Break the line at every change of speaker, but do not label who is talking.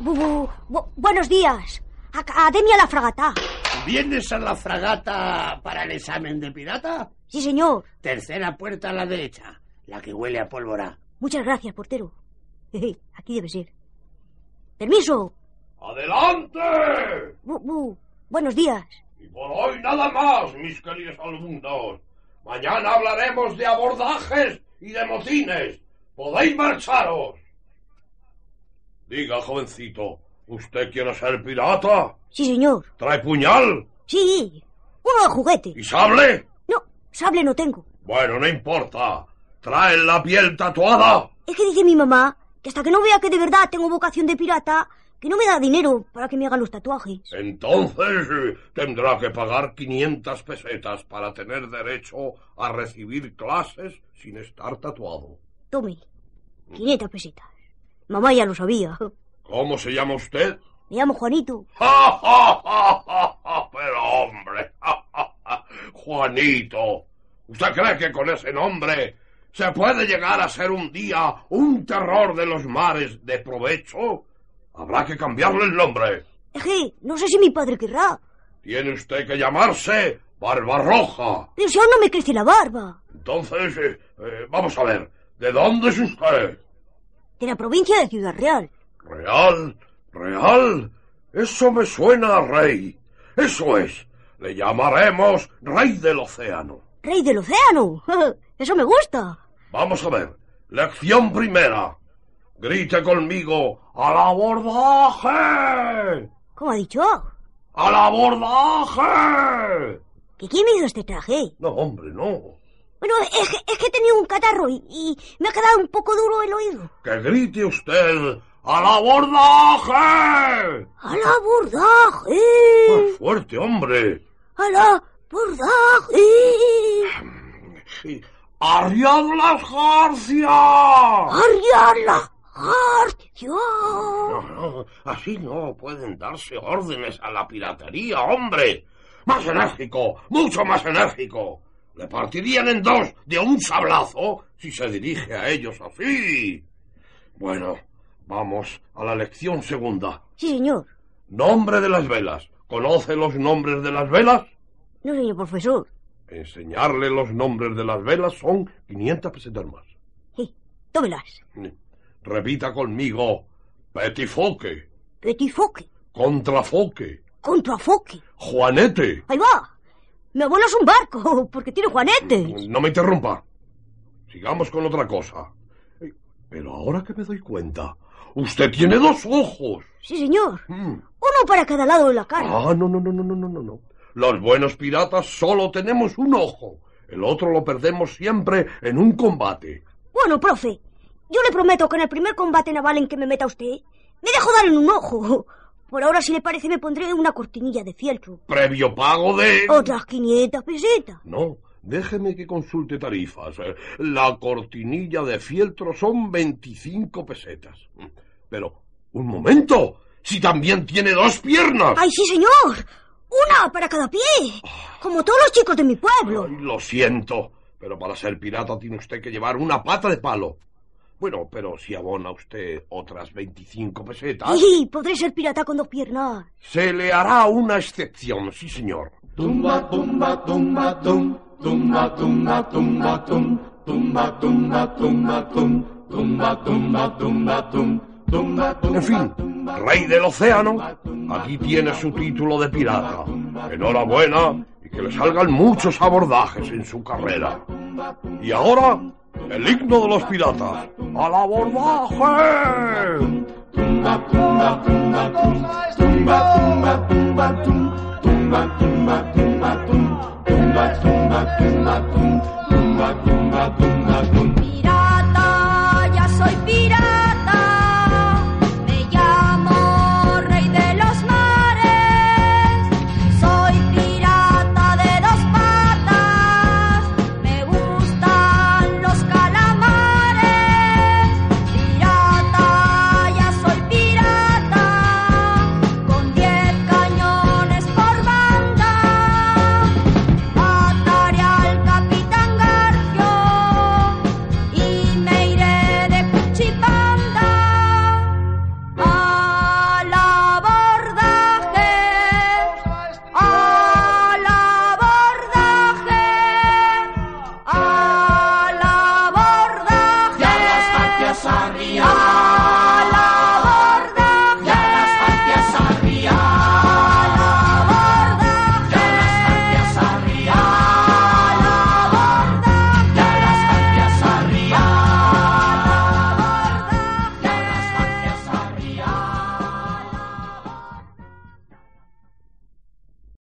Bu- bu- bu- buenos días. Academia La Fragata.
¿Vienes a la fragata para el examen de pirata?
Sí, señor.
Tercera puerta a la derecha, la que huele a pólvora.
Muchas gracias, portero. Jeje, Aquí debe ser. Permiso.
¡Adelante!
Bu- bu- buenos días.
Y por hoy nada más, mis queridos alumnos. Mañana hablaremos de abordajes y de motines. Podéis marcharos. Diga, jovencito, ¿usted quiere ser pirata?
Sí, señor.
¿Trae puñal
Sí. Uno de juguete.
y sable?
No, sable no tengo.
Bueno, no importa. ¿Trae la piel tatuada?
Es que dice mi mamá que hasta que no vea que de verdad tengo vocación de pirata, que no me da dinero para que me hagan los tatuajes.
Entonces eh, tendrá que pagar 500 pesetas para tener derecho a recibir clases sin estar tatuado.
Tome, 500 pesetas. Mamá ya lo sabía.
¿Cómo se llama usted?
Me llamo Juanito.
¡Ja, ja, ja, ja, ja! Pero hombre, ja, ja, ja. Juanito, ¿usted cree que con ese nombre se puede llegar a ser un día un terror de los mares de provecho? Habrá que cambiarle el nombre.
Eje, no sé si mi padre querrá,
Tiene usted que llamarse Barbarroja.
pero si aún no me crece la barba.
Entonces, eh, eh, vamos a ver, ¿de dónde es usted?
De la provincia de Ciudad Real.
Real, real, eso me suena a rey. Eso es, le llamaremos rey del océano.
Rey del océano. Eso me gusta.
Vamos a ver, lección primera. Grite conmigo, ¡al abordaje!
¿Cómo ha dicho?
¡Al abordaje!
¿Que quién me hizo este traje?
No, hombre, no.
Bueno, es que, es que he tenido un catarro y, y me ha quedado un poco duro el oído.
Que grite usted, ¡al abordaje!
¡Al abordaje!
Más fuerte, hombre.
¡Al abordaje!
Sí. ¡Arriad las jarcias!
¡Arriar la jarcia!
No, no, así no pueden darse órdenes a la piratería, hombre. Más enérgico, mucho más enérgico. Le partirían en dos de un sablazo si se dirige a ellos así. Bueno, vamos a la lección segunda.
Sí, señor.
Nombre de las velas. ¿Conoce los nombres de las velas?
No, señor profesor.
Enseñarle los nombres de las velas son 500 pesetas más.
Sí, tómelas.
Repita conmigo. Petifoque,
Petifoque.
contrafoque,
Contrafoque.
juanete.
Ahí va. Mi abuelo es un barco, porque tiene juanetes.
No me interrumpa. Sigamos con otra cosa. Pero ahora que me doy cuenta, usted tiene dos ojos.
Sí, señor.
Mm.
Uno para cada lado de la cara.
Ah, no, no, no, no, no, no, no, no. Los buenos piratas solo tenemos un ojo. El otro lo perdemos siempre en un combate.
Bueno, profe, yo le prometo que en el primer combate naval en que me meta usted, me dejo dar en un ojo. Por ahora, si le parece, me pondré una cortinilla de fieltro.
Previo pago de...
Otras 500 pesetas.
No, déjeme que consulte tarifas. Eh, La cortinilla de fieltro son 25 pesetas. Pero, un momento, si también tiene dos piernas.
¡Ay, sí, señor! Una para cada pie. Como todos los chicos de mi pueblo.
Ay, lo siento, pero para ser pirata tiene usted que llevar una pata de palo. Bueno, pero si abona usted otras 25 pesetas,
Y podré ser pirata con dos piernas.
se le hará una excepción, sí señor.
Tumba, tumba, tumba, tum, tumba, tumba, tumba, tum, tumba, tumba, tumba, tum, tumba, tumba, tumba, tum, tumba, tumba.
En fin, rey del océano, aquí tiene su título de pirata. Enhorabuena y que le salgan muchos abordajes en su carrera. Y ahora, el himno de los piratas. ¡Al abordaje!
Tumba, tumba, tumba, tum, tumba, tumba, tumba, tum, tumba, tumba, tumba, tum, tumba, tumba, tumba, tum, tumba, tumba, tumba,